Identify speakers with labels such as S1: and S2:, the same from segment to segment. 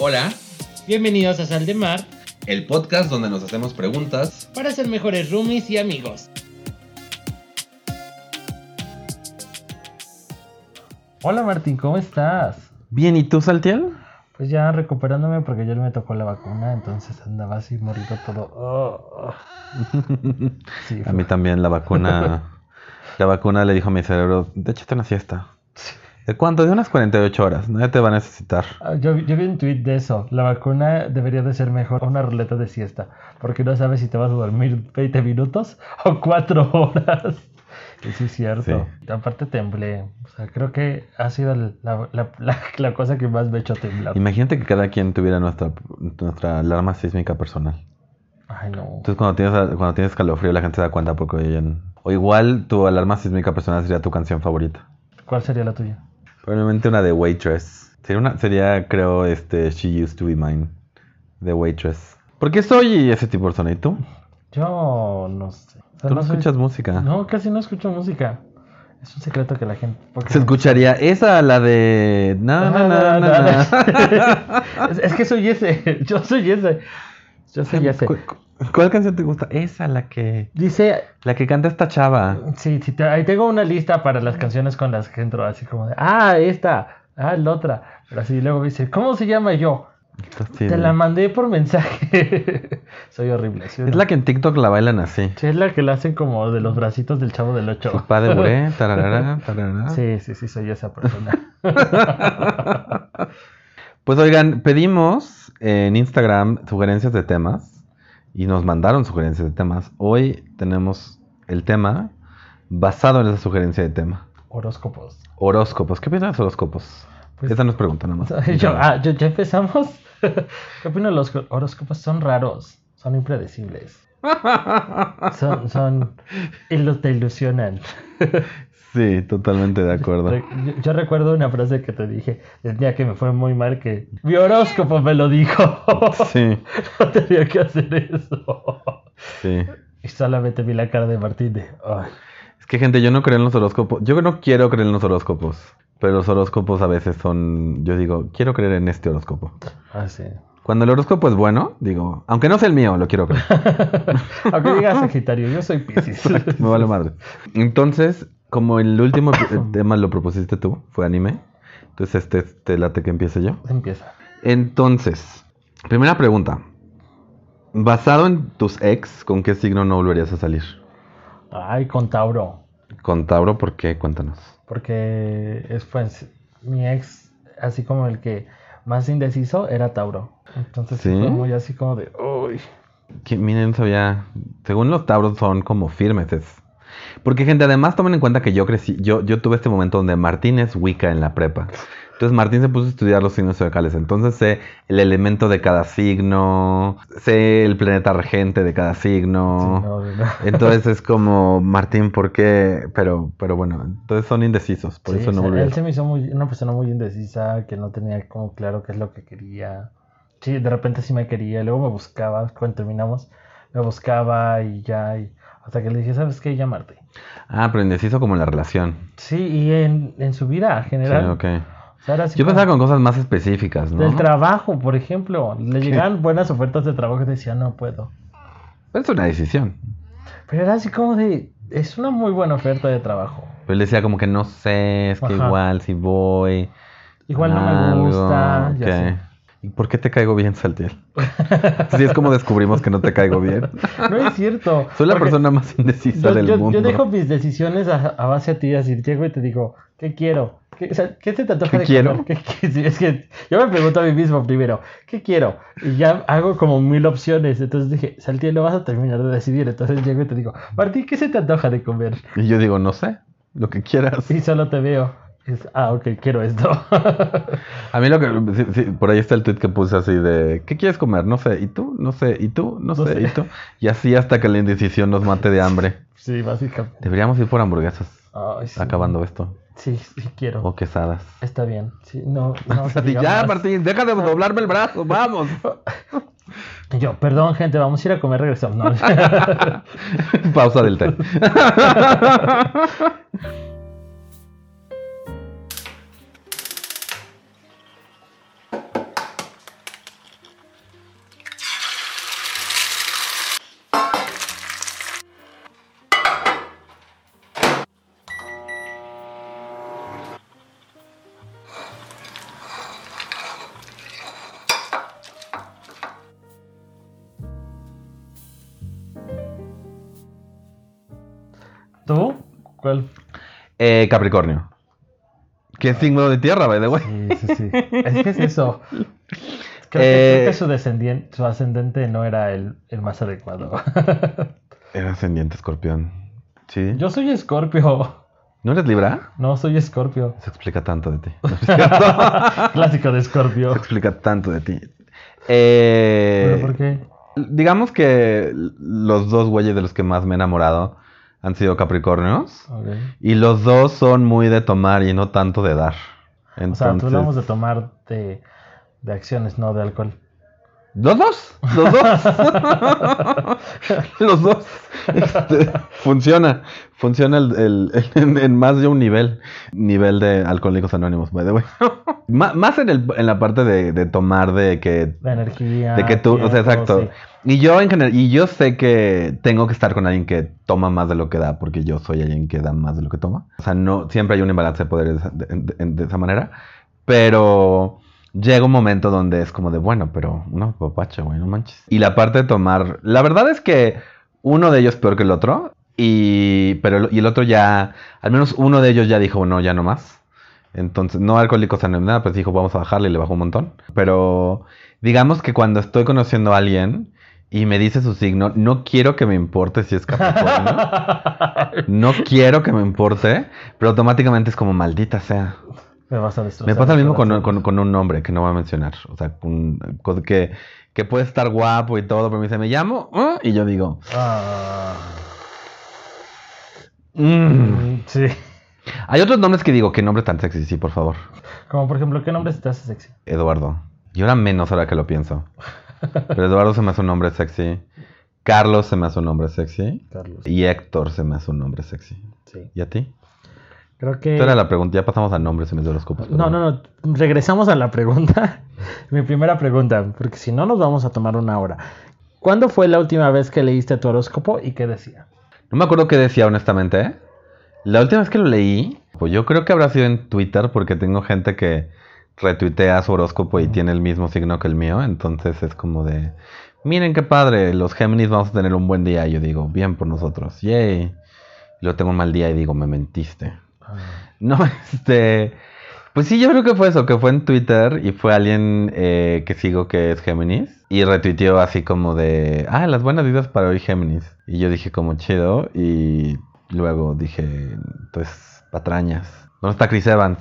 S1: Hola,
S2: Bienvenidos a Sal de Mar
S1: el podcast donde nos hacemos preguntas.
S2: para ser mejores roomies y amigos.
S3: Hola Martín, ¿cómo estás?
S4: Bien, ¿y tú, Saltiel?
S3: Pues ya recuperándome porque ayer me tocó la vacuna, entonces andaba así morido todo. Oh, oh. Sí,
S4: A mí también la vacuna. la vacuna le dijo a mi cerebro, de hecho, una siesta. ¿De cuánto? De unas 48 horas. Nadie te va a necesitar.
S3: Ah, Yo, yo vi un tuit de eso. La vacuna debería de ser mejor una ruleta de siesta, porque no sabes si te vas a dormir 20 minutos o 4 horas. Y sí, es cierto. Aparte temblé. O sea, creo que ha sido la, la- la- la cosa que más me ha hecho temblar.
S4: Imagínate que cada quien tuviera nuestra, nuestra alarma sísmica personal.
S3: Ay, no.
S4: Entonces, cuando tienes, cuando tienes calofrío, la gente se da cuenta porque oyen. O igual tu alarma sísmica personal sería tu canción favorita.
S3: ¿Cuál sería la tuya?
S4: Probablemente una de Waitress. Sería, una, sería creo, este, She Used to Be Mine. De Waitress. ¿Por qué soy ese tipo de persona? ¿Y tú?
S3: Yo no sé. O sea,
S4: Tú no
S3: soy-
S4: escuchas música.
S3: No, casi no escucho música. Es un secreto que la gente. porque- Ah,
S4: Se escucharía esa, la de. Na, na, na, na, na.
S3: es, es que soy ese. Yo soy ese. Yo soy ese.
S4: ¿Cu- cu- ¿Cuál canción te gusta? Esa, la que.
S3: Dice.
S4: La que canta esta chava.
S3: Sí, sí, te- ahí tengo una lista para las canciones con las que entro. Así como de. Ah, esta. Ah, la otra. Pero así luego me dice. ¿Cómo se llama Y yo?
S4: Entonces,
S3: Te la mandé por mensaje. soy horrible.
S4: Es la que en TikTok la bailan así.
S3: es la que la hacen como de los bracitos del chavo del 8.
S4: Pa de buré, tararara, tararara.
S3: Sí, sí, sí, soy esa persona.
S4: Pues oigan, pedimos en Instagram sugerencias de temas y nos mandaron sugerencias de temas. Hoy tenemos el tema basado en esa sugerencia de tema.
S3: Horóscopos.
S4: Horóscopos. ¿Qué piensan de los horóscopos?
S3: Pues-
S4: esa nos pregunta nada más.
S3: Yo, ah, yo- ya empezamos. ¿Qué opino? Los horóscopos son raros, son impredecibles. Son, son, ilu- te ilusionan.
S4: Sí, totalmente de acuerdo.
S3: Re- Yo, yo recuerdo una frase que te dije el día que me fue muy mal que mi horóscopo me lo dijo.
S4: Sí,
S3: No tenía que hacer eso.
S4: sí.
S3: Y solamente vi la cara de Martín de, "Ay".
S4: Es que, gente, yo no creo en los horóscopos. Yo no quiero creer en los horóscopos. Pero los horóscopos a veces son. Yo digo, quiero creer en este horóscopo.
S3: Ah, sí.
S4: Cuando el horóscopo es bueno, digo, aunque no sea el mío, lo quiero creer.
S3: Aunque digas Sagitario, yo soy Piscis.
S4: Me vale madre. Entonces, como el último ep- tema lo propusiste tú, fue anime. Entonces, este, este late que empiece yo.
S3: Empieza.
S4: Entonces, primera pregunta. Basado en tus ex, ¿con qué signo no volverías a salir?
S3: Ay, con Tauro.
S4: Con Tauro, ¿por qué? Cuéntanos.
S3: Porque es pues mi ex, así como el que más indeciso era Tauro. Entonces sí
S4: ¿Sí?
S3: fue muy así como de, uy,
S4: Que, miren, no sabía. Según los Tauros son como firmes. es- Porque, gente, además tomen en cuenta que yo crecí, yo, yo tuve este momento donde Martín es Wicca en la prepa. Entonces Martín se puso a estudiar los signos zodiacales. Entonces sé el elemento de cada signo, sé el planeta regente de cada
S3: sí,
S4: signo.
S3: no, de verdad.
S4: Entonces es como, Martín, ¿por qué? Pero, pero bueno, entonces son indecisos, por
S3: Sí,
S4: eso
S3: o
S4: no
S3: sea,
S4: volvieron.
S3: Él se me hizo muy, una persona muy indecisa, que no tenía como claro qué es lo que quería. Sí, de repente sí me quería, luego me buscaba, cuando terminamos, me buscaba y ya, y hasta que le dije, ¿sabes qué? Llamarte.
S4: Ah, pero indeciso como en la relación.
S3: Sí, y en, en su vida
S4: Sí,
S3: general.
S4: ok.
S3: O sea, era así
S4: Yo
S3: como-
S4: pensaba con cosas más específicas, ¿no?
S3: Del trabajo, por ejemplo. Le llegaban buenas ofertas de trabajo y decía, no puedo.
S4: Es una decisión.
S3: Pero era así como de, es una muy buena oferta de trabajo.
S4: Pero él Pues decía como que no sé, es que
S3: Ajá.
S4: igual si voy.
S3: Igual no me
S4: algo,
S3: gusta. y
S4: ok.
S3: así.
S4: ¿Y por qué te caigo bien, Saltiel? Así es como descubrimos que no te caigo bien.
S3: No es cierto.
S4: Soy la
S3: porque
S4: persona más indecisa
S3: yo,
S4: del
S3: yo- yo
S4: mundo.
S3: dejo mis decisiones a, a base a ti, así llego y te digo, ¿qué quiero? ¿Qué, o sea, ¿qué se te antoja
S4: ¿Qué
S3: de
S4: quiero?
S3: comer? ¿Qué- qué- sí, es que yo me pregunto a mí mismo primero, ¿qué quiero? Y ya hago como mil opciones. Entonces dije, Saltiel, no vas a terminar de decidir. Entonces llego y te digo, Martín, ¿qué se te antoja de comer?
S4: Y yo digo, no sé, lo que quieras.
S3: Y solo te veo. Es, ah, ok, quiero esto.
S4: A mí lo que... sí, sí, por ahí está el tweet que puse así de, ¿qué quieres comer? No sé, ¿y tú? No sé, ¿y tú? No,
S3: No
S4: sé,
S3: sé.
S4: ¿y tú? Y así hasta que la indecisión nos mate de hambre.
S3: sí, básicamente.
S4: Deberíamos ir por hamburguesas
S3: Ay, sí.
S4: acabando esto.
S3: Sí, sí, quiero.
S4: O quesadas.
S3: Está bien. Sí, no, no se
S4: Así,
S3: diga
S4: ya,
S3: más.
S4: Martín, deja de doblarme el brazo, vamos.
S3: Y Yo, perdón, gente, vamos a ir a comer, regresamos. No.
S4: Pausa del té.
S3: ¿Tú? ¿Cuál?
S4: Eh, Capricornio. Que es signo de tierra, by the way.
S3: Sí, sí, sí. Es que es eso. Creo,
S4: Eh,
S3: que, creo que su descendiente, su ascendente no era el, el más adecuado.
S4: Era ascendiente escorpión. Sí.
S3: Yo soy Escorpio.
S4: ¿No eres Libra?
S3: No, soy Escorpio.
S4: Se explica tanto de ti. Ah.
S3: Clásico de Escorpio.
S4: Se explica tanto de ti. Eh,
S3: ¿Pero por qué?
S4: Digamos que los dos güeyes de los que más me he enamorado han sido Capricornios.
S3: Ok.
S4: Y los dos son muy de tomar y no tanto de dar.
S3: O sea,
S4: Entonces,
S3: tú hablamos de tomar de, de acciones, no de alcohol.
S4: los dos, los dos, los dos. Este, funciona, funciona el, el- el- en, en más de un nivel, nivel de alcohólicos anónimos, by the way. Má- más en, el- en la parte de, de tomar, de que
S3: La energía.
S4: De que tú, o sea,
S3: tiempo,
S4: exacto.
S3: sí.
S4: Y yo en general, y yo sé que tengo que estar con alguien que toma más de lo que da, porque yo soy alguien que da más de lo que toma. O sea, no, siempre hay un imbalance de poderes de, de- de esa manera. Pero llega un momento donde es como de, bueno, pero no, papacha, güey, no manches. Y la parte de tomar, la verdad es que uno de ellos peor que el otro, y, pero, el- y el otro ya, al menos uno de ellos ya dijo, no, ya no más. Entonces, no alcohólicos anónimos, nada, pues dijo, vamos a bajarle y le bajó un montón. Pero digamos que cuando estoy conociendo a alguien y me dice su signo, no quiero que me importe si es Capricornio. no quiero que me importe, pero automáticamente es como maldita sea.
S3: Me vas a destrozar.
S4: Me pasa lo
S3: el
S4: mismo con,
S3: corazón.
S4: con- con un nombre que no voy a mencionar. O sea, un- con- que, que puede estar guapo y todo, pero me dice, me llamo, ¿Ah? y yo digo,
S3: Ah,
S4: "Mm".
S3: mm, sí.
S4: hay otros nombres que digo, qué nombre tan sexy, sí, por favor.
S3: Como por ejemplo, ¿qué nombre se te hace sexy?
S4: Eduardo. Y ahora menos ahora que lo pienso. Pero Eduardo se me hace un nombre sexy. Carlos se me hace un nombre sexy.
S3: Carlos.
S4: Y Héctor se me hace un nombre sexy.
S3: Sí.
S4: ¿Y a ti?
S3: Creo que.
S4: Esta era la pregunta. Ya pasamos a nombres en vez de horóscopos.
S3: No, no, no. Regresamos a la pregunta. Mi primera pregunta, porque si no nos vamos a tomar una hora. ¿Cuándo fue la última vez que leíste tu horóscopo y qué decía?
S4: No me acuerdo qué decía, honestamente. ¿eh? La última vez que lo leí, pues yo creo que habrá sido en Twitter, porque tengo gente que retuitea su horóscopo y tiene el mismo signo que el mío. Entonces es como de. Miren qué padre, los Géminis vamos a tener un buen día. Y Yo digo, bien por nosotros, yay. Y luego tengo un mal día y digo, me mentiste. No, este. Pues sí, yo creo que fue eso, que fue en Twitter y fue alguien eh, que sigo que es Géminis y retuiteó así como de, ah, las buenas vidas para hoy Géminis. Y yo dije como chido y luego dije, entonces, patrañas. ¿Dónde está Chris Evans?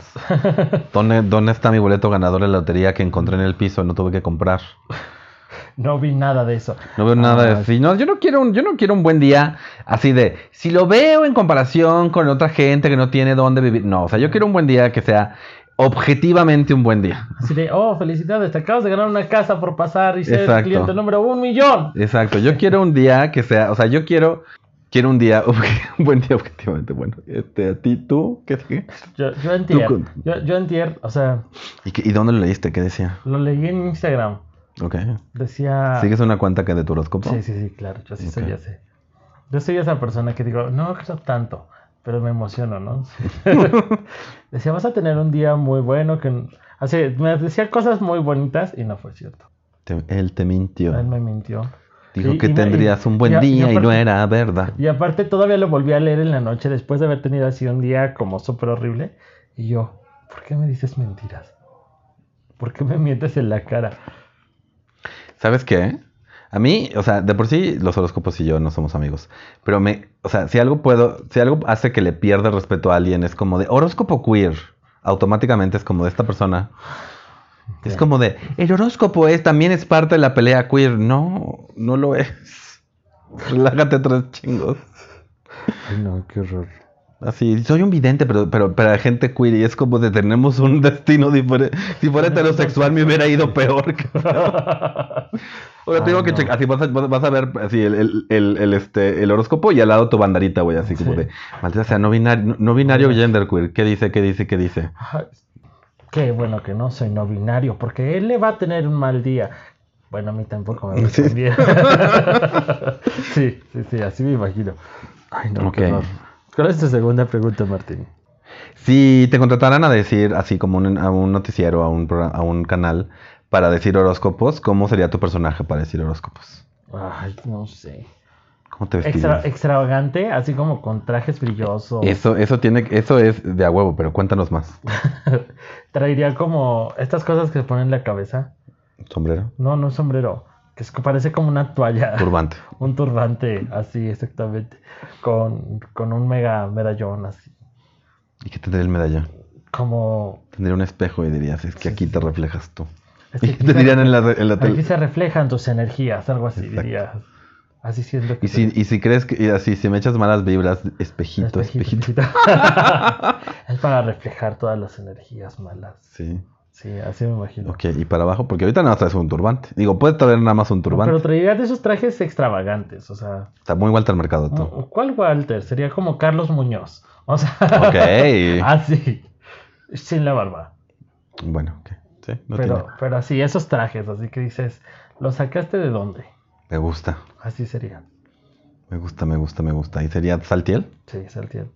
S4: ¿Dónde, ¿Dónde está mi boleto ganador de la lotería que encontré en el piso y no tuve que comprar?
S3: No vi nada de eso.
S4: No veo nada
S3: Ah,
S4: así. No, yo no quiero un, yo no quiero un buen día así de si lo veo en comparación con otra gente que no tiene dónde vivir. No, o sea, yo quiero un buen día que sea objetivamente un buen día.
S3: Así de, oh, felicidades, te acabas de ganar una casa por pasar y ser el
S4: Exacto.
S3: cliente número un millón.
S4: Exacto. Yo quiero un día que sea, o sea, yo quiero quiero un día obje- un buen día objetivamente bueno. Este, a ti tú qué sigue?
S3: Yo, yo entier,
S4: Tú
S3: yo, yo entier, o sea,
S4: ¿Y, qué- y dónde lo leíste? ¿Qué decía?
S3: lo leí en Instagram.
S4: Ok.
S3: Decía...
S4: ¿Sigues una cuenta que de tu horóscopo?
S3: Sí, sí, sí, claro, yo sí
S4: Ok.
S3: soy ese. Yo soy esa persona que digo, no creo tanto, pero me emociono, ¿no? decía, vas a tener un día muy bueno, que... Así, me decía cosas muy bonitas y no fue cierto.
S4: Te- él te mintió.
S3: Él me mintió.
S4: Dijo
S3: Y-
S4: que
S3: y me-
S4: tendrías un buen
S3: y a- y
S4: día y no
S3: aparte-
S4: era verdad.
S3: Y aparte todavía lo volví a leer en la noche después de haber tenido así un día como súper horrible. Y yo, ¿por qué me dices mentiras? ¿Por qué me mientes en la cara?
S4: ¿Sabes qué? A mí, o sea, de por sí los horóscopos y yo no somos amigos. Pero me, o sea, si algo puedo, si algo hace que le pierda el respeto a alguien, es como de horóscopo queer. Automáticamente es como de esta persona. Es
S3: Ya.
S4: como de, el horóscopo es, también es parte de la pelea queer. No, no lo es. Relájate tres chingos.
S3: Ay, no, qué horror.
S4: Así, soy un vidente, pero, pero para gente queer y es como de tenemos un destino diferente. Si fuera heterosexual me hubiera ido peor. Ahora
S3: Ay,
S4: tengo que
S3: no.
S4: checar, así vas a, vas- vas a ver así el, el, el, el, este, el horóscopo y al lado tu banderita, güey, así como
S3: Sí.
S4: de, maldita sea, no binario, no, no binario genderqueer, ¿qué dice, qué dice, qué dice?
S3: Qué bueno que no soy no binario, porque él le va a tener un mal día. Bueno, a mí tampoco me va a
S4: Sí.
S3: tener bien. sí, sí, sí, así me imagino. Ay, no,
S4: Ok.
S3: qué horror. ¿Cuál es tu segunda pregunta, Martín?
S4: Si te contrataran a decir, así como un- a un noticiero, a un, programa- a un canal, para decir horóscopos, ¿cómo sería tu personaje para decir horóscopos?
S3: Ay, no sé.
S4: ¿Cómo te
S3: Extra-
S4: vestirías?
S3: extravagante, así como con trajes brillosos.
S4: Eso, eso tiene, eso es de a huevo, pero cuéntanos más.
S3: Traería como estas cosas que se ponen en la cabeza.
S4: Sombrero,
S3: No, no un sombrero. Que es- parece como una toalla.
S4: turbante.
S3: un turbante, así exactamente. Con, con un mega medallón, así.
S4: ¿Y qué tendría el medallón?
S3: Como.
S4: Tendría un espejo y dirías, es que aquí te reflejas tú.
S3: es que
S4: Y
S3: aquí
S4: te
S3: se-
S4: dirían en la, en la
S3: Aquí
S4: tele.
S3: se reflejan tus energías, algo así
S4: Exacto.
S3: dirías. Así siendo que.
S4: Y si, y si crees que, y así, si me echas malas vibras, espejito, espejito.
S3: espejito. es para reflejar todas las energías malas.
S4: Sí.
S3: Sí, así me imagino.
S4: Ok, y para abajo, porque ahorita nada más traes un turbante. Digo, puedes traer nada más un turbante.
S3: Pero traería de esos trajes extravagantes, o sea.
S4: Está muy vuelta al mercado tú.
S3: ¿Cuál Walter? Sería como Carlos Muñoz. O sea.
S4: Ok.
S3: Así. Sin la barba.
S4: bueno, ok. Sí, no
S3: pero,
S4: tiene.
S3: pero así, esos trajes, así que dices, ¿lo sacaste de dónde?
S4: Me gusta,
S3: Así sería.
S4: me gusta, me gusta, me gusta. ¿Y sería Saltiel?
S3: Sí, Saltiel.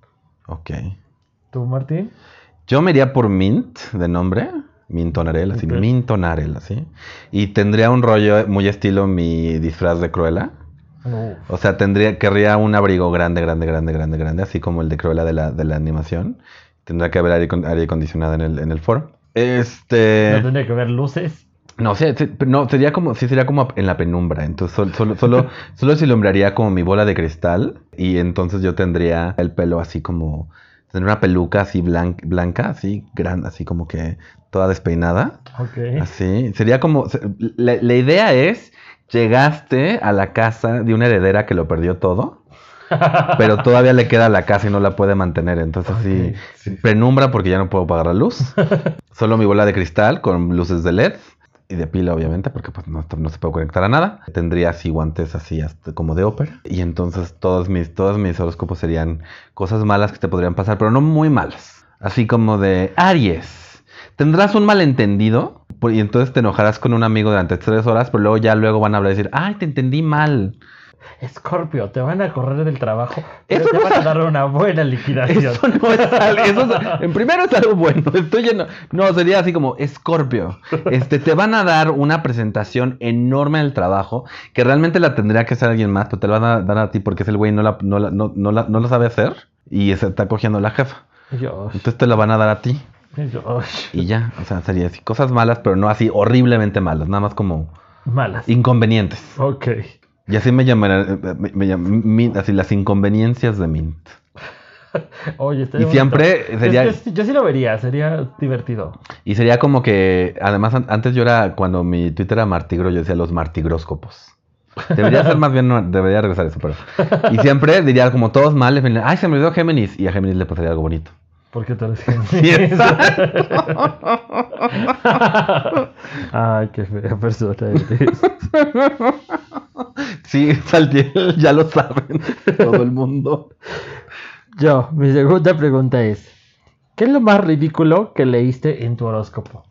S4: Ok.
S3: ¿Tú, Martín?
S4: Yo me iría por Mint de nombre. Mintonarel, así.
S3: Ok.
S4: Mintonarel, así. Y tendría un rollo muy estilo mi disfraz de Cruella.
S3: No.
S4: O sea, tendría, querría un abrigo grande, grande, grande, grande, grande, así como el de Cruella de la, de la animación. Tendrá que haber aire, acon- aire acondicionado en el, en el foro.
S3: No
S4: Este.
S3: tendría que ver luces.
S4: No, sé, sí, pero no, sería como, sí sería como en la penumbra. Entonces sol- solo, solo, solo se ilumbraría como mi bola de cristal. Y entonces yo tendría el pelo así como. Tendría una peluca así blan- blanca, así grande, así como que toda despeinada.
S3: Ok.
S4: Así. Sería como. se- La, la idea es. Llegaste a la casa de una heredera que lo perdió todo. Pero todavía le queda la casa y no la puede mantener. Entonces
S3: Ok,
S4: sí. Penumbra porque ya no puedo pagar la luz. Solo mi bola de cristal con luces de LED. Y de pila, obviamente, porque pues no, no se puede conectar a nada. Tendría así guantes así hasta como de ópera. Y entonces todos mis, todos mis horóscopos serían cosas malas que te podrían pasar, pero no muy malas. Así como de Aries. Tendrás un malentendido por- y entonces te enojarás con un amigo durante tres horas, pero luego ya luego van a hablar y decir, ay, te entendí mal.
S3: Escorpio, te van a correr del trabajo. Pero
S4: Eso
S3: te
S4: no
S3: van a
S4: es-
S3: dar una buena liquidación.
S4: Eso no es algo. Eso es- en primero es algo bueno. Estoy lleno. No, sería así como Scorpio. Este, te van a dar una presentación enorme del trabajo que realmente la tendría que hacer alguien más, pero te la van a dar a ti porque es el güey no la, no, la- no, no la- no lo sabe hacer y se está cogiendo la jefa.
S3: Josh,
S4: Entonces te la van a dar a ti
S3: Josh.
S4: y ya. O sea, sería así. Cosas malas, pero no así horriblemente malas. Nada más como
S3: Malas.
S4: inconvenientes.
S3: Ok.
S4: Y así me llamarán, me, me llam- Mint, así las inconveniencias de Mint.
S3: Oye, está
S4: Y
S3: bonito.
S4: siempre sería-
S3: Yo, yo- yo sí lo vería, sería divertido.
S4: Y sería como que, además, an- antes yo era, cuando mi Twitter era martigro, yo decía los martigróscopos. Debería ser más bien, no, debería regresar eso, pero. Y siempre diría como todos males, me dirían, ay, se me olvidó Géminis, y a Géminis le pasaría algo bonito.
S3: Porque te lo dicen. Ay, qué fea persona eres.
S4: Sí, Saltiel, ya lo saben, todo el mundo.
S3: Yo, mi segunda pregunta es: ¿Qué es lo más ridículo que leíste en tu horóscopo?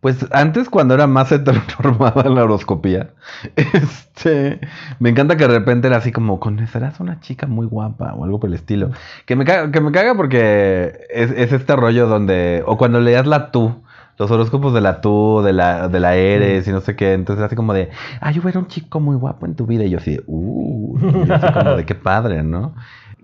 S4: Pues antes, cuando era más heteronormada la horoscopía, este, me encanta que de repente era así como, conocerás a una chica muy guapa o algo por el estilo. Que me caga, que me caga porque es, es este rollo donde, o cuando leías la tú, los horóscopos de la tú, de la, de la eres y no sé qué, entonces era así como de, ah, yo era un chico muy guapo en tu vida y yo así, uh, y yo así como de qué padre, ¿no?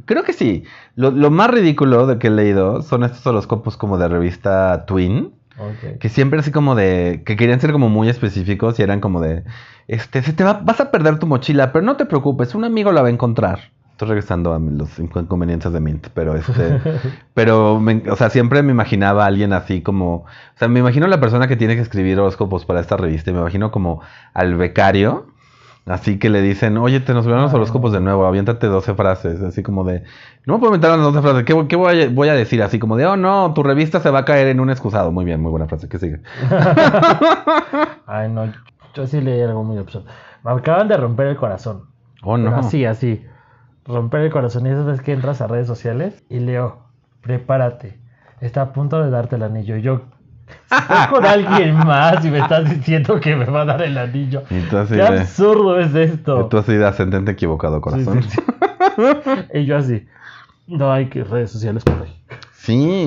S4: Creo que sí. Lo, lo más ridículo de que he leído son estos horóscopos como de revista Twin.
S3: Ok.
S4: Que siempre así como de. que querían ser como muy específicos y eran como de. Este, se te va, vas a perder tu mochila, pero no te preocupes, un amigo la va a encontrar. Estoy regresando a los inconvenientes de Mint, pero este. pero, me- o sea, siempre me imaginaba a alguien así como. O sea, me imagino la persona que tiene que escribir horóscopos para esta revista y me imagino como al becario. Así que le dicen, oye, te nos verán los
S3: Ah.
S4: horóscopos de nuevo, aviéntate 12 frases. Así como de, no me puedo inventar las 12 frases, ¿qué, qué voy, a, voy a decir? Así como de, oh no, tu revista se va a caer en un excusado. Muy bien, muy buena frase, que sigue.
S3: Ay, no, yo sí leí algo muy absurdo. Me acaban de romper el corazón.
S4: Oh
S3: Pero
S4: no.
S3: Así, así. Romper el corazón. Y esas veces que entras a redes sociales y leo: Prepárate, está a punto de darte el anillo. Y yo. si Estoy con alguien más y me estás diciendo que me va a dar el anillo.
S4: Y tú así
S3: ¡Qué
S4: de,
S3: absurdo es esto!
S4: y tú así de ascendente equivocado,
S3: Sí,
S4: corazón. Sí,
S3: sí, sí. y yo así. No hay que redes sociales por ahí.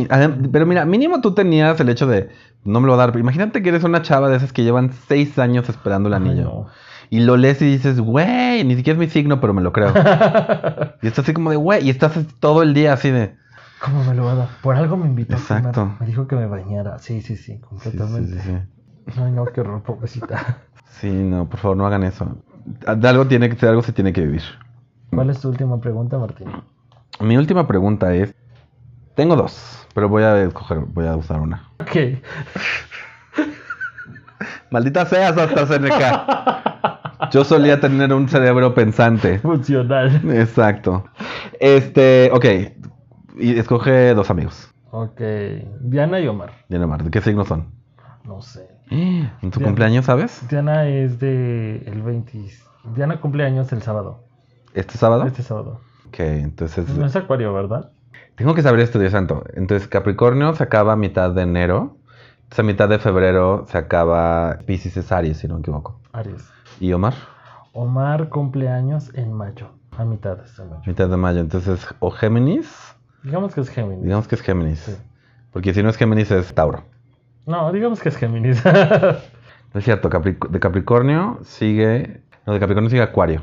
S4: adem- pero mira, mínimo tú tenías el hecho de, no me lo va a dar. Imagínate que eres una chava de esas que llevan 6 años esperando el
S3: Ay,
S4: anillo.
S3: no.
S4: Y lo lees y dices, güey, ni siquiera es mi signo, pero me lo creo. y estás así como de, güey, y estás todo el día así de...
S3: ¿Cómo me lo va a dar? Por algo me invitó a
S4: Exacto.
S3: comer. Me dijo que me bañara. Sí, sí, sí,
S4: Sí, sí,
S3: completamente.
S4: sí, sí.
S3: Ay, no, qué horror, pobrecita.
S4: Sí, no, por favor, no hagan eso. De algo, tiene que, de algo se tiene que vivir.
S3: ¿Cuál es tu última pregunta, Martín?
S4: Mi última pregunta es... Tengo dos, pero voy a escoger, voy a usar una.
S3: Ok.
S4: Maldita seas, AstraZeneca. Yo solía tener un cerebro pensante.
S3: Funcional.
S4: Exacto. Este, ok. Y escoge dos amigos.
S3: Ok. Diana y Omar.
S4: Diana Mar, ¿de qué signos son?
S3: No sé.
S4: ¿En tu
S3: Diana.
S4: cumpleaños, sabes?
S3: Diana es de el 20. Diana cumple años el sábado.
S4: ¿Este sábado?
S3: Este sábado.
S4: Ok, entonces.
S3: No es acuario, ¿verdad?
S4: Tengo que saber estudio santo. Entonces, Capricornio se acaba a mitad de enero. Entonces, a mitad de febrero se acaba Pisces es Aries, si no me equivoco.
S3: Aries.
S4: ¿Y Omar?
S3: Omar cumple años en mayo. A mitad de este mayo.
S4: Mitad de mayo. Entonces, o Géminis.
S3: Digamos que es Géminis.
S4: Digamos que es Géminis.
S3: Sí.
S4: Porque si no es Géminis, es Tauro.
S3: No, digamos que es Géminis.
S4: No es cierto, Capric- de Capricornio sigue. No, de Capricornio sigue Acuario.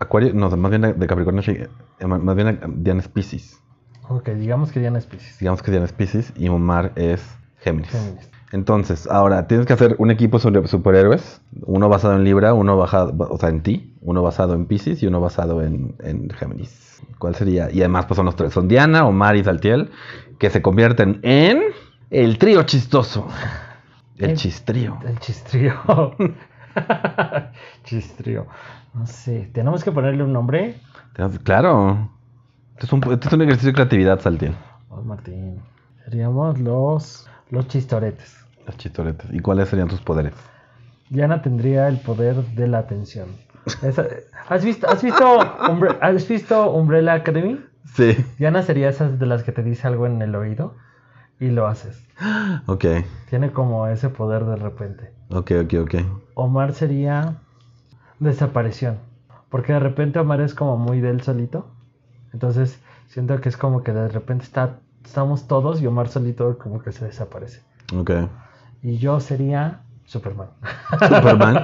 S4: Acuario, no, más bien de- de Capricornio sigue. eh, Más bien eh, Diana es Pisces.
S3: ok, digamos que Diana es Pisces.
S4: Digamos que Diana es Pisces y Omar es Géminis.
S3: Géminis.
S4: Entonces, ahora tienes que hacer un equipo sobre superhéroes. Uno basado en Libra, uno basado o sea, en ti, uno basado en Pisces y uno basado en, en Géminis. ¿Cuál sería? Y además, pues son los tres: son Diana, Omar y Saltiel, que se convierten en el trío chistoso. El,
S3: El-
S4: chistrío.
S3: El chistrío. chistrío. No sé. Tenemos que ponerle un nombre.
S4: Tenemos- Claro. Esto es, un, esto es un ejercicio de creatividad, Saltiel.
S3: Oh, Martín. Seríamos los, los chistoretes.
S4: Los chistoretes. ¿Y cuáles serían tus poderes?
S3: Diana tendría el poder de la atención. Esa- ¿has, visto, has, visto Umbre- ¿Has visto Umbrella Academy?
S4: Sí.
S3: Diana sería esas de las que te dice algo en el oído y lo haces.
S4: Ok.
S3: Tiene como ese poder de repente.
S4: Ok, ok, ok.
S3: Omar sería desaparición. Porque de repente Omar es como muy de él solito. Entonces siento que es como que de repente está, estamos todos y Omar solito como que se desaparece.
S4: Ok.
S3: Y yo sería Superman.
S4: Superman.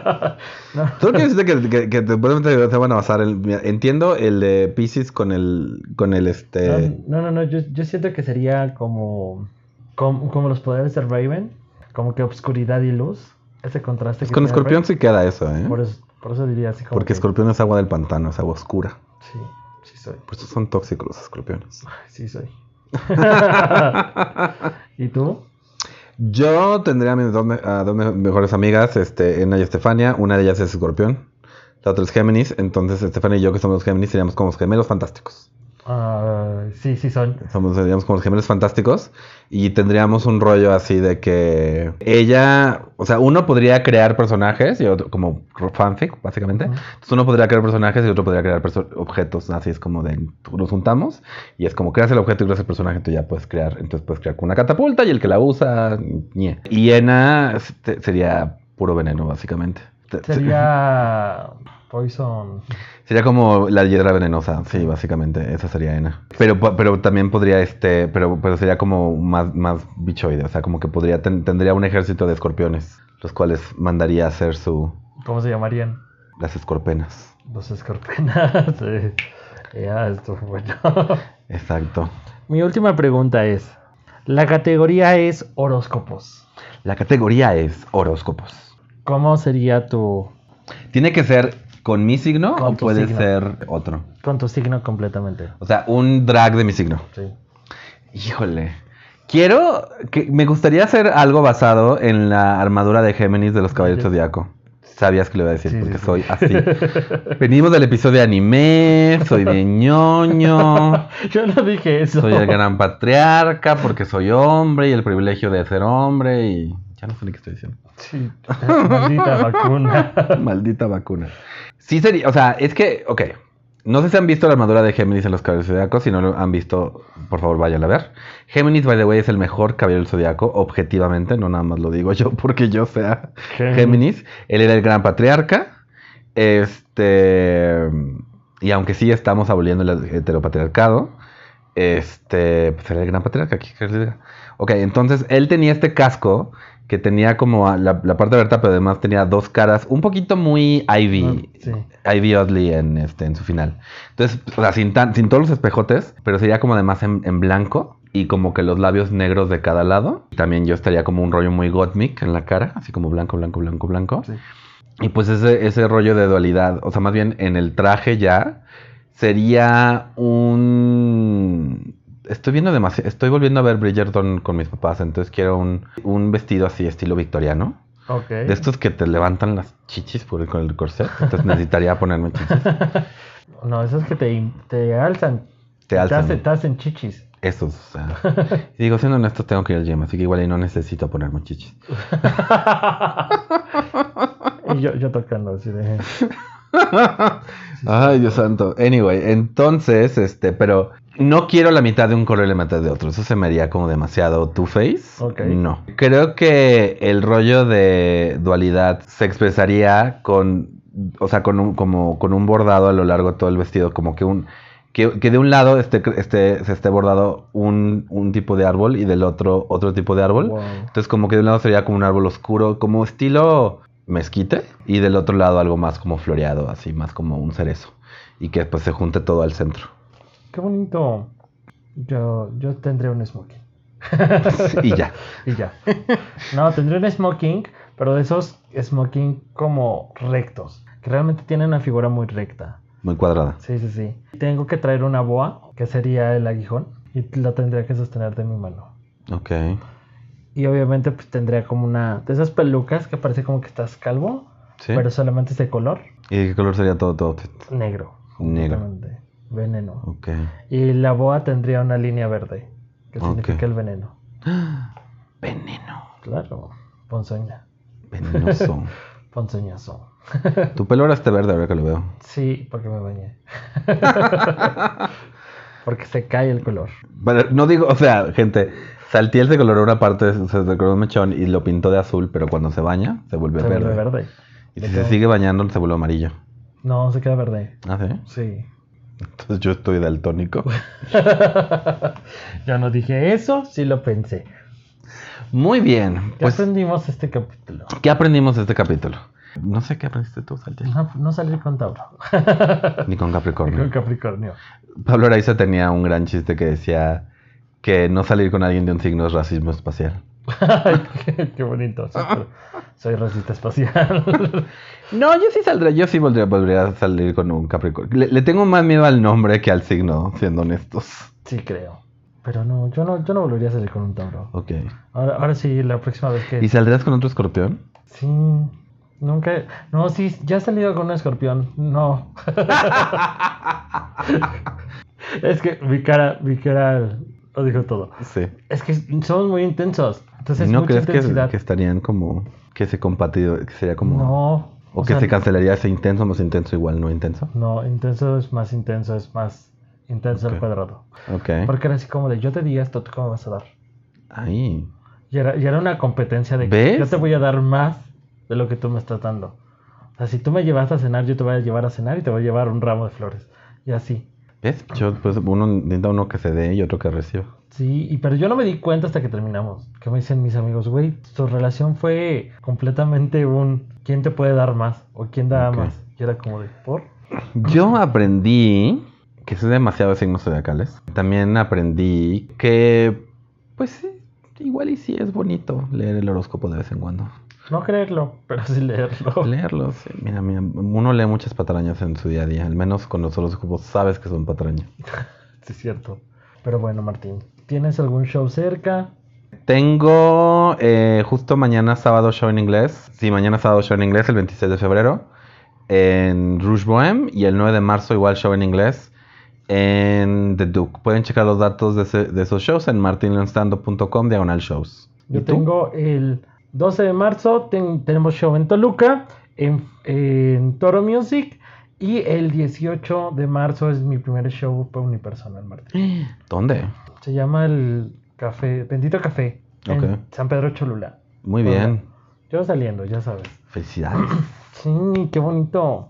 S3: No.
S4: Solo quiero decirte que, que, que te, probablemente te van a basar el. mira, Entiendo el de Pisces con el. con el este.
S3: No, no, no, yo, yo siento que sería como, como, como los poderes de Raven, como que obscuridad y luz, ese contraste.
S4: Pues
S3: que
S4: con
S3: tiene
S4: escorpión
S3: Raven.
S4: sí queda eso, ¿eh?
S3: Por eso, por eso diría así como.
S4: Porque
S3: que-
S4: escorpión es agua del pantano, es agua oscura.
S3: Sí, sí soy,
S4: Por eso son tóxicos los escorpiones.
S3: sí soy. ¿Y tú?
S4: Yo tendría a mis dos, me- a dos me- mejores amigas, este, Ena y Estefania. Una de ellas es escorpión, la otra es Géminis. Entonces, Estefania y yo, que somos los Géminis, seríamos como los gemelos fantásticos.
S3: Ah, sí, sí soy.
S4: Somos, seríamos como los gemelos fantásticos. Y tendríamos un rollo así de que ella, o sea, uno podría crear personajes, y otro, como fanfic, básicamente.
S3: Ujú.
S4: Entonces, uno podría crear personajes y otro podría crear perso- objetos. Así es como de, nos juntamos y es como creas el objeto y creas el personaje, tú ya puedes crear. Entonces, puedes crear con una catapulta y el que la usa, ñe. Y Ena este, sería puro veneno, básicamente. Te- te-
S3: Sería Poison.
S4: Sería como la hiedra venenosa, sí, básicamente, esa sería Ena. Pero, po- pero también podría, este, pero, pero sería como más, más bichoide, o sea, como que podría, ten- tendría un ejército de escorpiones, los cuales mandaría a hacer su,
S3: ¿Cómo se llamarían?
S4: las escorpenas.
S3: Los escorpenas. sí. Ya, esto fue bueno.
S4: Exacto.
S3: Mi última pregunta es, la categoría es horóscopos.
S4: La categoría es horóscopos.
S3: ¿Cómo sería tu...
S4: ¿Tiene que ser con mi signo
S3: Con
S4: o
S3: tu
S4: puede
S3: signo.
S4: ser otro?
S3: con tu signo completamente?
S4: O sea, un drag de mi signo.
S3: Sí.
S4: Híjole. Quiero, que, me gustaría hacer algo basado en la armadura de Géminis de los Caballeros
S3: Sí.
S4: Zodiaco. Sabías que lo iba a decir,
S3: Sí, sí,
S4: porque
S3: sí.
S4: soy así. Venimos del episodio de anime, soy de ñoño,
S3: Yo no dije eso.
S4: soy el gran patriarca, porque soy hombre y el privilegio de ser hombre y... Ya no sé ni qué estoy diciendo.
S3: Sí. Maldita vacuna.
S4: Maldita vacuna. Sí sería, o sea, es que, ok. No sé si han visto la armadura de Géminis en los caballeros zodiacos. Si no lo han visto, por favor, vayan a ver. Géminis, by the way, es el mejor caballero del zodiaco, objetivamente. No nada más lo digo yo porque yo sea
S3: Géminis.
S4: Géminis. Él era el gran patriarca. Este. Y aunque sí estamos aboliendo el heteropatriarcado, este. Pues era el gran patriarca. ¿qué quieres que diga? Ok, entonces él tenía este casco que tenía como a la, la parte abierta, pero además tenía dos caras, un poquito muy Ivy,
S3: Ah, sí.
S4: Ivy Oddly en, este, en su final. Entonces, o sea, sin, tan- sin todos los espejotes, pero sería como además en, en blanco y como que los labios negros de cada lado. También yo estaría como un rollo muy Gottmik en la cara, así como blanco, blanco, blanco, blanco.
S3: Sí.
S4: Y pues ese, ese rollo de dualidad, o sea, más bien en el traje ya, sería un... Estoy viendo demasiado, estoy volviendo a ver Bridgerton con mis papás, entonces quiero un, un vestido así estilo victoriano.
S3: Ok.
S4: De estos que te levantan las chichis por el- con el corset, entonces necesitaría ponerme chichis.
S3: No, esos que te, in- te alzan.
S4: Te alzan.
S3: hacen- te hacen chichis.
S4: Esos. o sea. Y digo, siendo honestos, tengo que ir al gym, así que igual y no necesito ponerme chichis. Ah.
S3: Y yo, yo tocando así de.
S4: Ay, Dios santo. Anyway, entonces, este, pero no quiero la mitad de un color y la mitad de otro. Eso se me haría como demasiado Two Face.
S3: Ok.
S4: No. Creo que el rollo de dualidad se expresaría con, o sea, con un, como, con un bordado a lo largo de todo el vestido, como que un que, que de un lado esté, cre- esté- se esté bordado un, un tipo de árbol y del otro otro tipo de árbol.
S3: Wow.
S4: Entonces, como que de un lado sería como un árbol oscuro, como estilo mezquite, y del otro lado algo más como floreado, así más como un cerezo. Y que después se junte todo al centro.
S3: Qué bonito. Yo, yo tendré un smoking.
S4: y ya.
S3: Y ya. No, tendré un smoking, pero de esos smoking como rectos. Que realmente tienen una figura muy recta.
S4: Muy cuadrada.
S3: Sí, sí, sí. Tengo que traer una boa, que sería el aguijón, y la tendría que sostener de mi mano.
S4: Ok.
S3: Y obviamente pues tendría como una de esas pelucas que parece como que estás calvo,
S4: Sí.
S3: pero solamente es de color
S4: ¿Y de qué color sería todo todo?
S3: negro.
S4: Negro.
S3: completamente. Veneno.
S4: Ok.
S3: Y la boa tendría una línea verde, que
S4: Ok.
S3: significa el veneno.
S4: Veneno.
S3: Claro, ponzoña,
S4: Venenoso.
S3: ponzoñazo.
S4: tu pelo era este verde ahora que lo veo.
S3: Sí, porque me bañé. porque se cae el color.
S4: Pero no digo, o sea, gente, Saltiel se coloró una parte, se decoró un mechón y lo pintó de azul, pero cuando se baña se vuelve
S3: Se
S4: verde.
S3: vuelve verde.
S4: Y si se sigue bañando se vuelve amarillo.
S3: No, se queda verde.
S4: Ah, sí.
S3: Sí.
S4: Entonces yo estoy daltónico.
S3: Yo no dije eso, sí lo pensé.
S4: Muy bien.
S3: ¿Qué
S4: Pues,
S3: aprendimos este capítulo?
S4: ¿qué aprendimos de este capítulo? No sé qué aprendiste tú, Saltiel.
S3: No, no salir con Tauro,
S4: Ni con
S3: con
S4: Capricornio.
S3: Capricornio.
S4: Pablo Araiza tenía un gran chiste que decía que no salir con alguien de un signo es racismo espacial.
S3: qué, qué bonito. sí, pero soy racista espacial.
S4: No, yo sí saldría, yo sí volvería, volvería a salir con un Capricornio. Le, le tengo más miedo al nombre que al signo, siendo honestos.
S3: sí, creo. Pero no, yo no, yo no volvería a salir con un Tauro.
S4: Ok.
S3: Ahora, ahora sí, la próxima vez que.
S4: ¿Y saldrías con otro escorpión?
S3: Sí. Nunca. No, sí, ya he salido con un escorpión. No. es que mi cara, mi cara lo dijo todo.
S4: Sí.
S3: Es que son muy intensos. Entonces,
S4: ¿No
S3: mucha
S4: crees que,
S3: intensidad.
S4: que estarían como que se compatido, que sería como
S3: No.
S4: o,
S3: o
S4: que
S3: sea,
S4: se cancelaría ese intenso más intenso igual no intenso?
S3: No, intenso es más intenso, es más intenso
S4: Ok.
S3: al cuadrado.
S4: Ok.
S3: Porque era así como de yo te di esto, ¿tú cómo vas a dar?
S4: Ahí.
S3: Y era, y era una competencia de que
S4: ¿Ves?
S3: yo te voy a dar más de lo que tú me estás dando. O sea, si tú me llevaste a cenar, yo te voy a llevar a cenar y te voy a llevar un ramo de flores. Y así.
S4: ¿Ves? Yo, pues, uno necesita uno que se dé y otro que reciba.
S3: Sí, y, pero yo no me di cuenta hasta que terminamos. Que me dicen mis amigos, güey, tu relación fue completamente un ¿quién te puede dar más? o ¿quién da
S4: Ok.
S3: más? Y era como de, ¿por?
S4: Yo aprendí que soy demasiado de signos zodiacales. También aprendí que, pues sí, igual y sí es bonito leer el horóscopo de vez en cuando.
S3: No creerlo, pero sí leerlo.
S4: Leerlos, sí. mira, mira, uno lee muchas patrañas en su día a día. Al menos con los horóscopos sabes que son patrañas.
S3: Sí, es cierto. Pero bueno, Martín, ¿tienes algún show cerca?
S4: Tengo eh, justo mañana sábado show en inglés. Sí, mañana sábado show en inglés, el 26 de febrero. En Rouge Bohem. Y el 9 de marzo igual show en inglés. En The Duke. Pueden checar los datos de, ese- de esos shows en martinleonstando.com diagonal shows. ¿Y
S3: Yo
S4: tú?
S3: tengo el 12 de marzo, ten- tenemos show en Toluca, en, en Toro Music, y el 18 de marzo es mi primer show pa- unipersonal, Martín.
S4: ¿Dónde?
S3: Se llama el Café, Bendito Café, en
S4: Ok.
S3: San Pedro Cholula.
S4: Muy
S3: Hola.
S4: bien.
S3: Yo saliendo, ya sabes.
S4: Felicidades.
S3: Sí, qué bonito.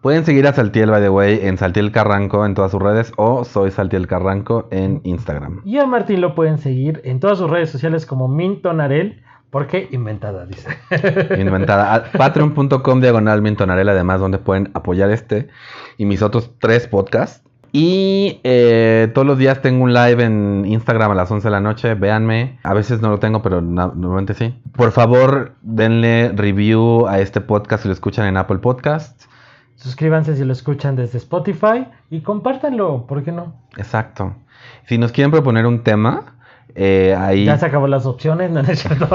S4: Pueden seguir a Saltiel, by the way, en Saltiel Carranco en todas sus redes o soy Saltiel Carranco en Instagram.
S3: Y a Martín lo pueden seguir en todas sus redes sociales como Mintonarel. ¿Por qué? Inventada, dice.
S4: Inventada. A- Patreon.com diagonal Mintonarel, además, donde pueden apoyar este y mis otros tres podcasts. Y eh, todos los días tengo un live en Instagram a las 11 de la noche. Véanme. A veces no lo tengo, pero na- normalmente sí. Por favor, denle review a este podcast si lo escuchan en Apple Podcast.
S3: Suscríbanse si lo escuchan desde Spotify y compártanlo, ¿por qué no?
S4: Exacto. Si nos quieren proponer un tema, eh, ahí
S3: Ya se acabó las opciones, no, no es cierto.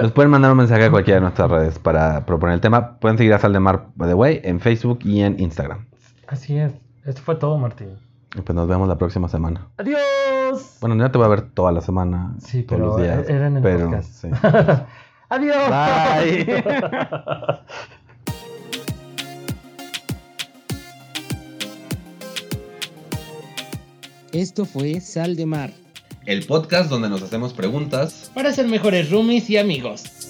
S4: nos pueden mandar un mensaje a cualquiera de nuestras redes para proponer el tema. Pueden seguir a Saldemar, by the way, en Facebook y en Instagram.
S3: Así es. Esto fue todo, Martín.
S4: Y pues nos vemos la próxima semana.
S3: ¡Adiós!
S4: Bueno, no te voy a ver toda la semana.
S3: Sí,
S4: todos
S3: pero e-
S4: los días.
S3: era en el
S4: pero,
S3: podcast.
S4: sí.
S3: ¡Adiós!
S4: Bye.
S5: Esto fue Sal de Mar.
S1: El podcast donde nos hacemos preguntas
S2: Para ser mejores roomies y amigos.